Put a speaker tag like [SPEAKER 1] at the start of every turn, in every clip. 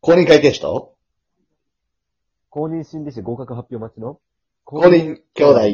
[SPEAKER 1] 公認会テスト
[SPEAKER 2] 公認心理師合格発表待ちの公
[SPEAKER 1] 公認兄弟。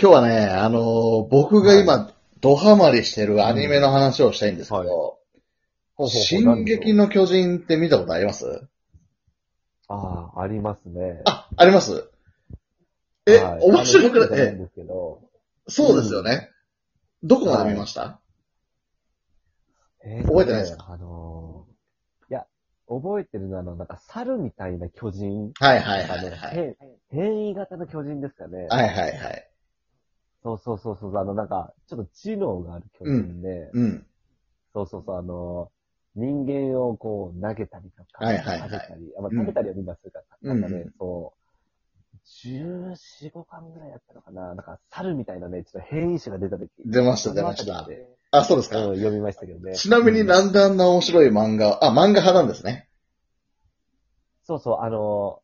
[SPEAKER 1] 今日はね、あのー僕が今、ドハマりしてるアニメの話をしたいんですけど、
[SPEAKER 2] ほうほうほう
[SPEAKER 1] 進撃。の巨人って見たことあります
[SPEAKER 2] ああ、ありますね。
[SPEAKER 1] あ、ありますえ、
[SPEAKER 2] はい
[SPEAKER 1] 面白
[SPEAKER 2] あの
[SPEAKER 1] く
[SPEAKER 2] 見
[SPEAKER 1] ない
[SPEAKER 2] てないん
[SPEAKER 1] え、
[SPEAKER 2] ですけど。
[SPEAKER 1] そうですよね。どこまで見ました、
[SPEAKER 2] え
[SPEAKER 1] 覚えてないです
[SPEAKER 2] かあのー、いや、覚えてるのは、あの、なんか猿みたいな巨人。
[SPEAKER 1] はいはい
[SPEAKER 2] なん
[SPEAKER 1] は
[SPEAKER 2] か
[SPEAKER 1] い
[SPEAKER 2] ね
[SPEAKER 1] はい。
[SPEAKER 2] 変変異型の巨人ですかね。
[SPEAKER 1] はいはいはい。
[SPEAKER 2] そうそうそうそう。あの、なんか、ちょっと知能がある巨人で、
[SPEAKER 1] うん。
[SPEAKER 2] そうそうそう、あのー、人間をこう投げたりとか、
[SPEAKER 1] はいはいはい
[SPEAKER 2] 食べたり、あまあ
[SPEAKER 1] うん
[SPEAKER 2] 食べたりはみんなするから、
[SPEAKER 1] うん
[SPEAKER 2] なんかね、そう、14、5巻ぐらいやったのかな、なんか猿みたいなね、ちょっと変異種が出た時。
[SPEAKER 1] 出ました出ました。あ、そうですか。
[SPEAKER 2] うん読みましたけどね。
[SPEAKER 1] ちなみに
[SPEAKER 2] うん
[SPEAKER 1] なんであんな面白い漫画、あ、漫画派なんですね。
[SPEAKER 2] そうそう、あの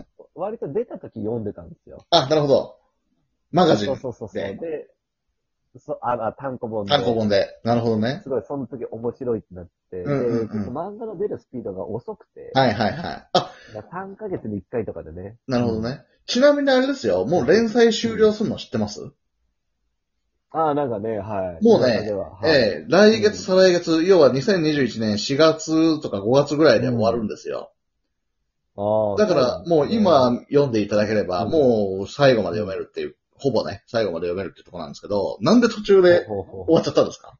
[SPEAKER 2] ー、割と出た時読んでたんですよ。
[SPEAKER 1] あ、なるほど。マガジン
[SPEAKER 2] そう。そうそうそう。
[SPEAKER 1] で
[SPEAKER 2] で、そう、あの、あ単行本で。
[SPEAKER 1] 単行本で。なるほどね。
[SPEAKER 2] すごい、その時面白いってなって、
[SPEAKER 1] うんうんうん
[SPEAKER 2] で、ちょっと漫画の出るスピードが遅くて、
[SPEAKER 1] はいはいはい。あ、
[SPEAKER 2] だから3ヶ月に1回とかでね。
[SPEAKER 1] なるほどね。ちなみにあれですよ、もう連載終了するの知ってます、
[SPEAKER 2] ああ、なんかね、はい。
[SPEAKER 1] もうね
[SPEAKER 2] 中でははい、
[SPEAKER 1] ええ来
[SPEAKER 2] う
[SPEAKER 1] 月、
[SPEAKER 2] ん
[SPEAKER 1] 再来月、要は2021年4月とか5月ぐらいで終わるんですよ。
[SPEAKER 2] ああ
[SPEAKER 1] だから、もう今、読んでいただければ、
[SPEAKER 2] うん
[SPEAKER 1] もう最後まで読めるっていう、ほぼね、最後まで読めるってとこなんですけど、なんで途中で
[SPEAKER 2] ほうほう
[SPEAKER 1] 終わっちゃったんですか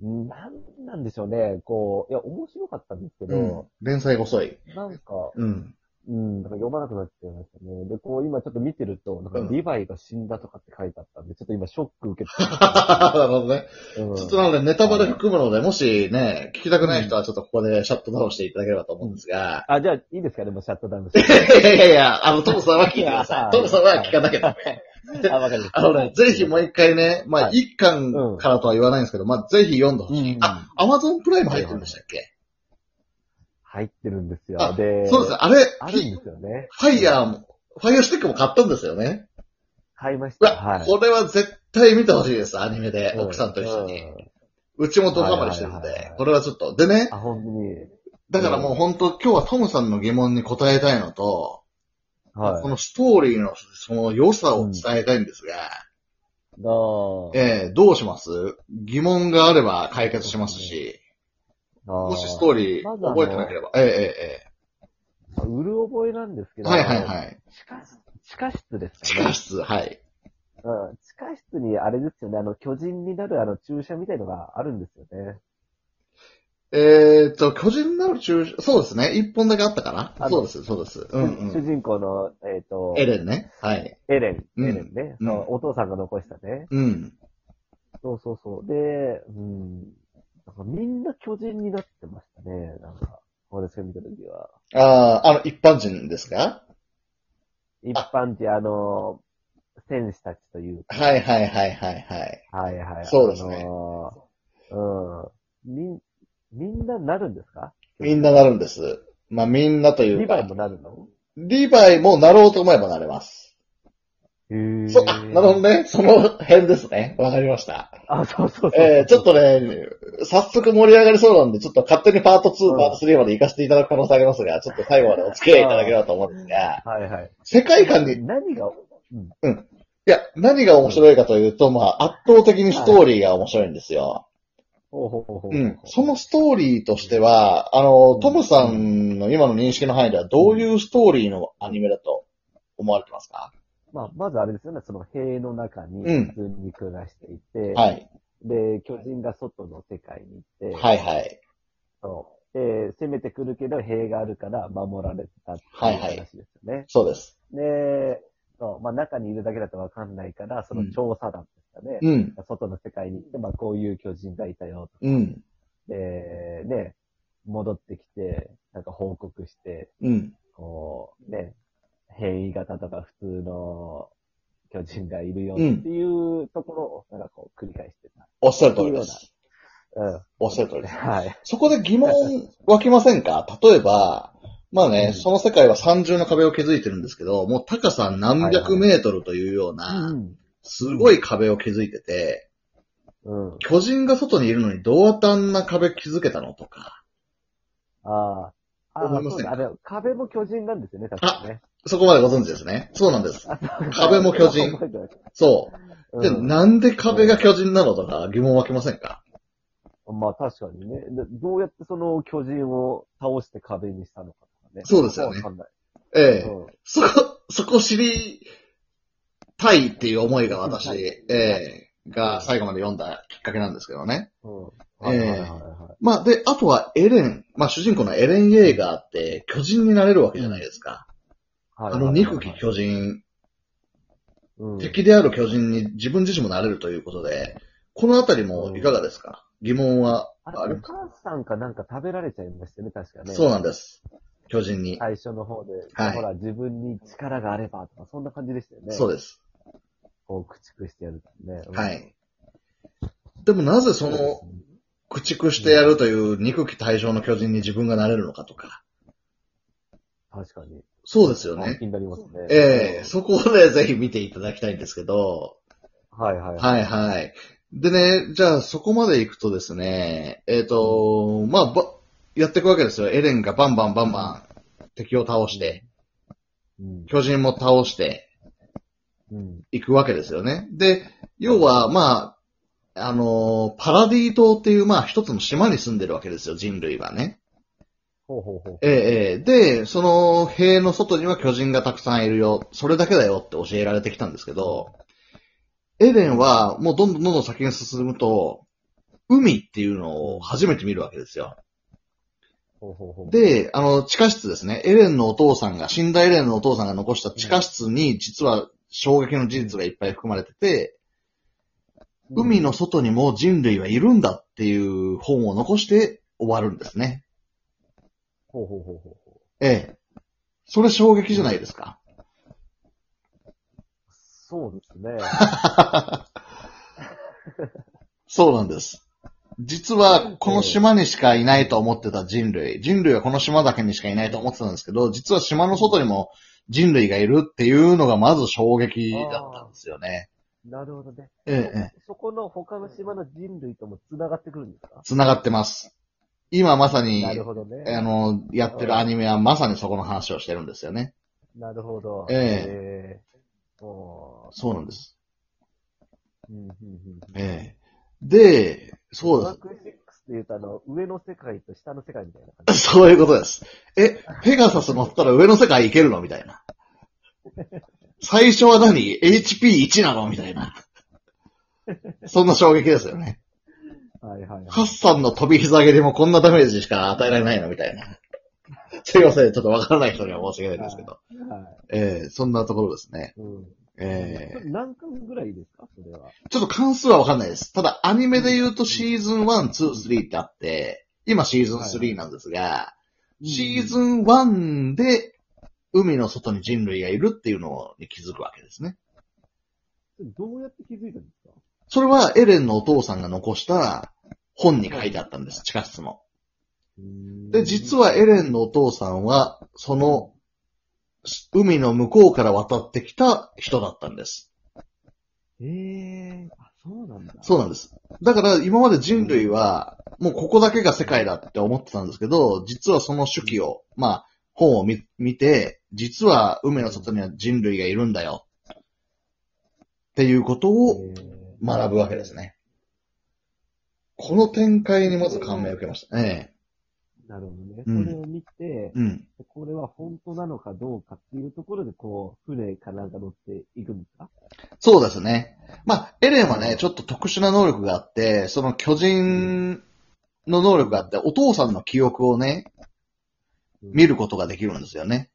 [SPEAKER 2] なんなんでしょうね、こう、いや、面白かったんですけ
[SPEAKER 1] うん
[SPEAKER 2] ど、。
[SPEAKER 1] 連載遅い。
[SPEAKER 2] なんか、
[SPEAKER 1] うん。
[SPEAKER 2] うん、なんか読まなくなっちゃいましたね。で、こう、今ちょっと見てると、なん
[SPEAKER 1] うん
[SPEAKER 2] か、リヴァイが死んだとかって書いてあったんで、ちょっと今ショック受けて
[SPEAKER 1] な
[SPEAKER 2] た。
[SPEAKER 1] るほどね。
[SPEAKER 2] うん
[SPEAKER 1] ちょっとなので、ネタバレ含むので、もしね、聞きたくない人はちょっとここでシャットダウンしていただければと思うんですが、
[SPEAKER 2] あ、じゃあ、いいですかね、もうシャットダウンして。
[SPEAKER 1] いやいやいや、あの、トムさんは聞いてください。トムさんは聞かなきゃダメ。
[SPEAKER 2] あ、わかりました。
[SPEAKER 1] あのね、ぜひもう一回ね、まあ
[SPEAKER 2] は
[SPEAKER 1] 一巻からとは言わないんですけど、まあぜひ読んでほしい。
[SPEAKER 2] うん
[SPEAKER 1] あ、アマゾンプライム入ってるんでしたっけ
[SPEAKER 2] 入ってるんですよ
[SPEAKER 1] あ。
[SPEAKER 2] で、
[SPEAKER 1] そうですね、あれ、
[SPEAKER 2] あるんですよね。
[SPEAKER 1] ファイヤーも、ファイヤースティックも買ったんですよね。
[SPEAKER 2] 買いまし
[SPEAKER 1] う
[SPEAKER 2] た。
[SPEAKER 1] わ
[SPEAKER 2] は、い。
[SPEAKER 1] これは絶対見てほしいです、アニメで、
[SPEAKER 2] うん
[SPEAKER 1] 奥さんと一緒に
[SPEAKER 2] う。ん
[SPEAKER 1] うちもドハマりしてるん
[SPEAKER 2] はいはいはい
[SPEAKER 1] で
[SPEAKER 2] は、い
[SPEAKER 1] これはちょっと。でね、
[SPEAKER 2] あ、本当に。
[SPEAKER 1] だからもう本当今日はトムさんの疑問に答えたいのと、
[SPEAKER 2] はい。
[SPEAKER 1] このストーリーのその良さを伝えたいんですが、
[SPEAKER 2] だー
[SPEAKER 1] ええどうします疑問があれば解決しますし、
[SPEAKER 2] あー
[SPEAKER 1] もしストーリー
[SPEAKER 2] まずあの
[SPEAKER 1] 覚えてなければ、ええ
[SPEAKER 2] うる覚えなんですけ
[SPEAKER 1] えええええ
[SPEAKER 2] ど、
[SPEAKER 1] はいはいはい。
[SPEAKER 2] 地下室地下室です
[SPEAKER 1] 地
[SPEAKER 2] か
[SPEAKER 1] 下
[SPEAKER 2] ね。
[SPEAKER 1] 室、はい。
[SPEAKER 2] うん、地下室にあれですよね、あの、巨人になるあの注射みたいのがあるんですよね。
[SPEAKER 1] えーっと、巨人なる中、そうですね。一本だけあったかな
[SPEAKER 2] あの
[SPEAKER 1] そうです、そうです。うんう
[SPEAKER 2] 主
[SPEAKER 1] ん。
[SPEAKER 2] 人公の、えっ、と、
[SPEAKER 1] エレンね。はい。
[SPEAKER 2] エレン。
[SPEAKER 1] うん
[SPEAKER 2] エレンね、
[SPEAKER 1] うん
[SPEAKER 2] そうお父さんが残したね。
[SPEAKER 1] うん。
[SPEAKER 2] そうそうそう。で、うん。なんかみんな巨人になってましたね。なんか、私が見たときは。
[SPEAKER 1] ああ、あの、一般人ですか
[SPEAKER 2] 一般人、あの、戦士たちというか。
[SPEAKER 1] はいはいはいはいはい。
[SPEAKER 2] はいはい。
[SPEAKER 1] そうですね
[SPEAKER 2] あのーうん。み、みんななるんですか
[SPEAKER 1] みんななるんです。まあみんなとい
[SPEAKER 2] リ
[SPEAKER 1] う
[SPEAKER 2] ヴァ
[SPEAKER 1] か
[SPEAKER 2] イ、もなるの
[SPEAKER 1] リヴァイもなろうと思えばなれます。
[SPEAKER 2] へー
[SPEAKER 1] そう、あなるほどね。その辺ですね。わかりました。
[SPEAKER 2] あ、そうそうそう。
[SPEAKER 1] えー、ちょっとね、早速盛り上がりそうなんで、ちょっと勝手にパート2、パート3まで行かせていただく可能性ありますが、ちょっと最後までお付き合いいただければと思うんですが、
[SPEAKER 2] はいはい。
[SPEAKER 1] 世界観に、い
[SPEAKER 2] 何が、うん。
[SPEAKER 1] や、何が面白いかというと、まあ、圧倒的にストーリーが面白いんですよ。
[SPEAKER 2] ほうほうほうほう。
[SPEAKER 1] うん。そのストーリーとしては、あの、トムさんの今の認識の範囲では、どういうストーリーのアニメだと思われてますか
[SPEAKER 2] まあ、まずあれですよね、その塀の中に
[SPEAKER 1] うん
[SPEAKER 2] 普通に暮らしていて、
[SPEAKER 1] はい。
[SPEAKER 2] で、巨人が外の世界に行って、
[SPEAKER 1] はいはい。
[SPEAKER 2] そうで、攻めてくるけど塀があるから守られてたっていう
[SPEAKER 1] はい
[SPEAKER 2] 話
[SPEAKER 1] はい
[SPEAKER 2] ですよね。
[SPEAKER 1] そうです。
[SPEAKER 2] で、そうまあ、中にいるだけだとわかんないから、その調査団ですかね。
[SPEAKER 1] うん。
[SPEAKER 2] 外の世界に行って、まあ、こういう巨人がいたよ
[SPEAKER 1] うん。
[SPEAKER 2] と。で、ね、戻ってきて、なんか報告して、
[SPEAKER 1] うん。
[SPEAKER 2] こう、ね、変異型とか普通の巨人がいるよっていうところを、なんかこう繰り返してた。
[SPEAKER 1] おっしゃる通りです。
[SPEAKER 2] うん。
[SPEAKER 1] おっしゃる通りです。
[SPEAKER 2] はい。
[SPEAKER 1] そこで疑問湧きませんか例えば、まあね、
[SPEAKER 2] うん
[SPEAKER 1] その世界は三重の壁を築いてるんですけど、もう高さ何百メートルというような、
[SPEAKER 2] うん。
[SPEAKER 1] すごい壁を築いてて、
[SPEAKER 2] うん。
[SPEAKER 1] 巨人が外にいるのにどうやってあんな壁築けたのとか、
[SPEAKER 2] ああ。あ
[SPEAKER 1] 思い
[SPEAKER 2] あ、
[SPEAKER 1] ま
[SPEAKER 2] そ
[SPEAKER 1] せん
[SPEAKER 2] うだ。あれ、壁も巨人なんですよね、確かにね。
[SPEAKER 1] そこまでご存知ですね。そうなん です。壁も巨人
[SPEAKER 2] 覚えてます
[SPEAKER 1] そうう。で、
[SPEAKER 2] ん
[SPEAKER 1] なんで壁が巨人なのとか疑問湧きませんか
[SPEAKER 2] まあ確かにね。でどうやってその巨人を倒して壁にしたのかとかね。
[SPEAKER 1] そうですよね
[SPEAKER 2] わかんない。
[SPEAKER 1] ええ
[SPEAKER 2] うん
[SPEAKER 1] そこ、そこ知りたいっていう思いが私、
[SPEAKER 2] はい
[SPEAKER 1] ええが最後まで読んだきっかけなんですけどね。
[SPEAKER 2] うん。は
[SPEAKER 1] え
[SPEAKER 2] いはいはいは
[SPEAKER 1] まあ、で、あとはエレン、まあ主人公のエレン・イェーガーって巨人になれるわけじゃないですか。
[SPEAKER 2] い。
[SPEAKER 1] あの憎き巨人、
[SPEAKER 2] 人
[SPEAKER 1] 敵である巨人に自分自身もなれるということで、このあたりもいかがですか疑問は、
[SPEAKER 2] あれ、お母さんかなんか食べられちゃいましたよね、確かね。
[SPEAKER 1] そうなんです。巨人に。
[SPEAKER 2] 最初の方で、
[SPEAKER 1] はい
[SPEAKER 2] ほら、自分に力があればとか、そんな感じでしたよね。
[SPEAKER 1] そう
[SPEAKER 2] う
[SPEAKER 1] です。
[SPEAKER 2] こう、駆逐してやるからね。。
[SPEAKER 1] はいい。でもなぜその、駆逐してやるという憎き対象の巨人に自分がなれるのかとか。
[SPEAKER 2] 確かに。
[SPEAKER 1] そうですよ
[SPEAKER 2] あ
[SPEAKER 1] ね
[SPEAKER 2] 気。になりますね。
[SPEAKER 1] ええそこをね、ぜひ見ていただきたいんですけど。
[SPEAKER 2] はいはい。い。
[SPEAKER 1] はいはい。でね、じゃあそこまで行くとですね、えっ、と、まあ、ば、やっていくわけですよ。エレンがバンバンバンバン敵を倒して、
[SPEAKER 2] うん。
[SPEAKER 1] 巨人も倒して
[SPEAKER 2] うん。
[SPEAKER 1] いくわけですよね。で、要は、まあ、あのーパラディ島っていう、まあ、一つの島に住んでるわけですよ、人類はね。
[SPEAKER 2] ほうほうほう。
[SPEAKER 1] ええええで、その、塀の外には巨人がたくさんいるよ。それだけだよって教えられてきたんですけど、エレンは、もうどんどんどんどん先に進むと、海っていうのを初めて見るわけですよ。
[SPEAKER 2] ほうほうほう。、
[SPEAKER 1] で、あの、地下室ですね。エレンのお父さんが、死んだエレンのお父さんが残した地下室に、実は衝撃の事実がいっぱい含まれてて、海の。外にも人類はいるんだっていう本を残して終わるんですね。
[SPEAKER 2] ほうほうほうほう。
[SPEAKER 1] ええ。それ衝撃じゃないですか。
[SPEAKER 2] そうですね。
[SPEAKER 1] そうなんです。実は、この島にしかいないと思ってた人類、人類はこの島だけにしかいないと思ってたんですけど、実は島の外にも人類がいるっていうのがまず衝撃だったんですよね。
[SPEAKER 2] なるほどね。
[SPEAKER 1] ええええ、
[SPEAKER 2] そこの他の島の人類とも繋がってくるんですか
[SPEAKER 1] 繋がってます。今まさに、
[SPEAKER 2] なる
[SPEAKER 1] あ
[SPEAKER 2] ほどね。
[SPEAKER 1] の、やってるアニメはまさにそこの話をしてるんですよね。
[SPEAKER 2] なるほど。
[SPEAKER 1] え
[SPEAKER 2] ええおー
[SPEAKER 1] そうなんです。
[SPEAKER 2] うんうんうん
[SPEAKER 1] ええ。で、そう
[SPEAKER 2] ド
[SPEAKER 1] で
[SPEAKER 2] ラ
[SPEAKER 1] す。
[SPEAKER 2] クエ6って言うと、あの、上の世界と下の世界みたいな感 じ。
[SPEAKER 1] そういうことです。え、ペガサス乗ったら上の世界行けるのみたいな。最初は何 ?HP1 なのみたいな。そんな衝撃ですよね。
[SPEAKER 2] はいはい
[SPEAKER 1] ハッサンの飛び膝蹴りもこんなダメージしか与えられないのみたいな。すいません。ちょっとわからない人には申し訳ないですけど。
[SPEAKER 2] は
[SPEAKER 1] えー、そんなところですね。
[SPEAKER 2] い。うん。
[SPEAKER 1] えー、
[SPEAKER 2] 何巻ぐらいですかそれは。
[SPEAKER 1] ちょっと関数はわかんないです。ただ、アニメで言うとシーズン1、2、3ってあって、今シーズン3なんですが、シーズ
[SPEAKER 2] ン。
[SPEAKER 1] ン1で海の外に人類がいるっていうのに気づくわけですね。
[SPEAKER 2] どうやって気づいたんですか
[SPEAKER 1] それはエレンのお父さんが残した本に書いてあったんです、地下室の。で、実はエレンのお父さんは、その、海の向こうから渡ってきた人だったんです。
[SPEAKER 2] ええあ、そうなんだ。
[SPEAKER 1] そうなんです。だから今まで人類は、もうここだけが世界だって思ってたんですけど、実はその手記を、まあ、本を見見て、実は海の外には人類がいるんだよ。っていうことを
[SPEAKER 2] ええ
[SPEAKER 1] 学ぶわけです。ね。この展開にまず感銘を受けました。え
[SPEAKER 2] なるほどね。
[SPEAKER 1] うん
[SPEAKER 2] それを見て
[SPEAKER 1] え、うん。
[SPEAKER 2] これは本当なのかどうかっていうところで、こう、船かなんか乗っていくんですか
[SPEAKER 1] そうですね。まあ、エレンはね、ちょっと特殊な能力があって、その巨人の能力があって、お父さんの記憶をね、見ることができるんですよね。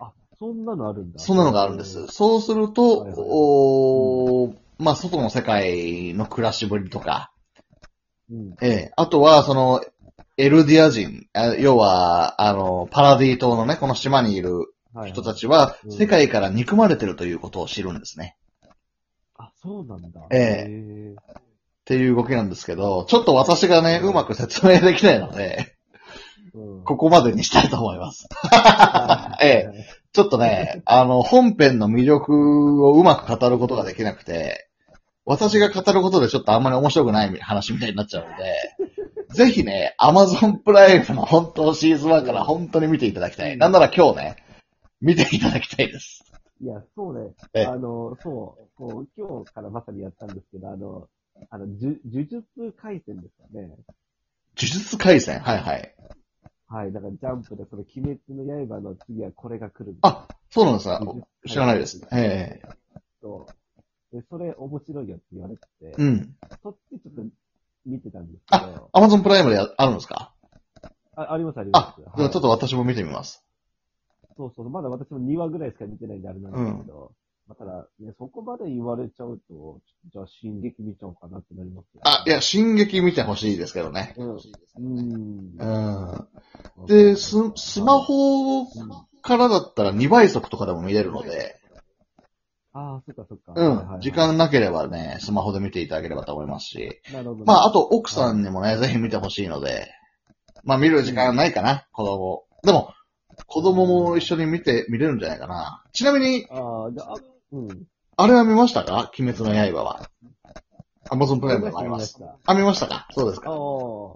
[SPEAKER 2] あ、そんなのあるんだ。
[SPEAKER 1] そんなのがあるんで
[SPEAKER 2] え
[SPEAKER 1] す。そうすると、
[SPEAKER 2] はいはい
[SPEAKER 1] おーまあ、外の世界の暮らしぶりとか、
[SPEAKER 2] え。うん。
[SPEAKER 1] ええ、あとは、その、エルディア人、あ要は、あの、パラディ島のね、この島にいる
[SPEAKER 2] はいはい
[SPEAKER 1] 人たちは、
[SPEAKER 2] うん
[SPEAKER 1] 世界から憎まれてるということを知るんですね。
[SPEAKER 2] あ、そうなんだ。
[SPEAKER 1] ええ
[SPEAKER 2] え
[SPEAKER 1] っていう動きなんですけど、ちょっと私がね、
[SPEAKER 2] うん
[SPEAKER 1] うまく説明できないので、
[SPEAKER 2] うん。
[SPEAKER 1] ここまでにしたいと思います。
[SPEAKER 2] はい
[SPEAKER 1] えちょっとね、あの、本編の魅力をうまく語ることができなくて、私が語ることでちょっとあんまり面白くない話みたいになっちゃうので、ぜひね、Amazon プライムの本当シーズン1から本当に見ていただきたい。なんなら今日ね、見ていただきたいです。
[SPEAKER 2] いや、そうね。
[SPEAKER 1] え
[SPEAKER 2] あの、そう、そう、今日からまさにやったんですけど、あの、あの、呪呪術回戦ですかね。
[SPEAKER 1] 呪術回戦はいはい。
[SPEAKER 2] はい、だからジャンプで、その鬼滅の刃の次はこれが来る。
[SPEAKER 1] あ、そうなんですか
[SPEAKER 2] 呪術回戦
[SPEAKER 1] 知らないです。ええ
[SPEAKER 2] と、で、それ面白いよって言われてて、
[SPEAKER 1] うん。
[SPEAKER 2] そっちちょっと見てたんですけ
[SPEAKER 1] あ
[SPEAKER 2] ど、、
[SPEAKER 1] Amazon プライムでやあるんですか
[SPEAKER 2] あありますありま
[SPEAKER 1] あ
[SPEAKER 2] す。、
[SPEAKER 1] じゃ
[SPEAKER 2] は
[SPEAKER 1] あ
[SPEAKER 2] い
[SPEAKER 1] ちょっと私も見てみます。
[SPEAKER 2] そうそう、まだ私も2話ぐらいしか見てないんであれなんですけど、まあただ、ね、そこまで言われちゃうと、ちょっとじゃあ進撃見ちゃおうかなってなりますよ、
[SPEAKER 1] あ、いや、進撃見てほしいですけどね。
[SPEAKER 2] うん。うん
[SPEAKER 1] う。ん。で、ス、スマホからだったら2倍速とかでも見れるので、
[SPEAKER 2] ああ、そっかそっか。
[SPEAKER 1] う
[SPEAKER 2] はいはいは
[SPEAKER 1] ん。
[SPEAKER 2] い
[SPEAKER 1] 時。間なければね、スマホで見ていただければと思いますし。
[SPEAKER 2] なるほどね
[SPEAKER 1] まあ、あと奥さんにもね、ぜひ見てほしいので、まあ見る時間はないかな、子供。でも、子供も一緒に見て、見れるんじゃないかな。ちなみに、
[SPEAKER 2] ああ、じゃあ、うん。
[SPEAKER 1] あれは見ましたか鬼滅の刃は。Amazon プライムでもあり
[SPEAKER 2] 見
[SPEAKER 1] ま
[SPEAKER 2] ますし。た。
[SPEAKER 1] あ、見ましたかそうです
[SPEAKER 2] ああ
[SPEAKER 1] か。、
[SPEAKER 2] う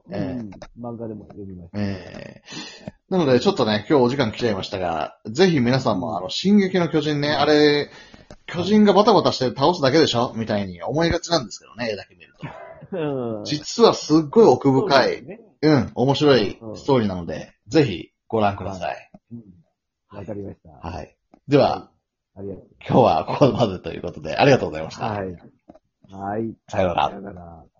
[SPEAKER 2] ん。漫画でも読みました。
[SPEAKER 1] ええなので、ちょっとね、今日お時間来ちゃいましたが、ぜひ皆さんも、あの、進撃の巨人ね、あれ、巨人がバタバタして倒すだけでしょみたいに思いがちなんですけどね、絵だけ見ると。
[SPEAKER 2] うん
[SPEAKER 1] 実はすっごい奥深い、
[SPEAKER 2] ね
[SPEAKER 1] うん、面白いストーリーなので、ぜひご覧ください。
[SPEAKER 2] うんわかりました。
[SPEAKER 1] はい。では、
[SPEAKER 2] ありがとう
[SPEAKER 1] 今日はここまでということで、ありがとうございました。
[SPEAKER 2] はい。はい。
[SPEAKER 1] さようなら
[SPEAKER 2] さ。よなら。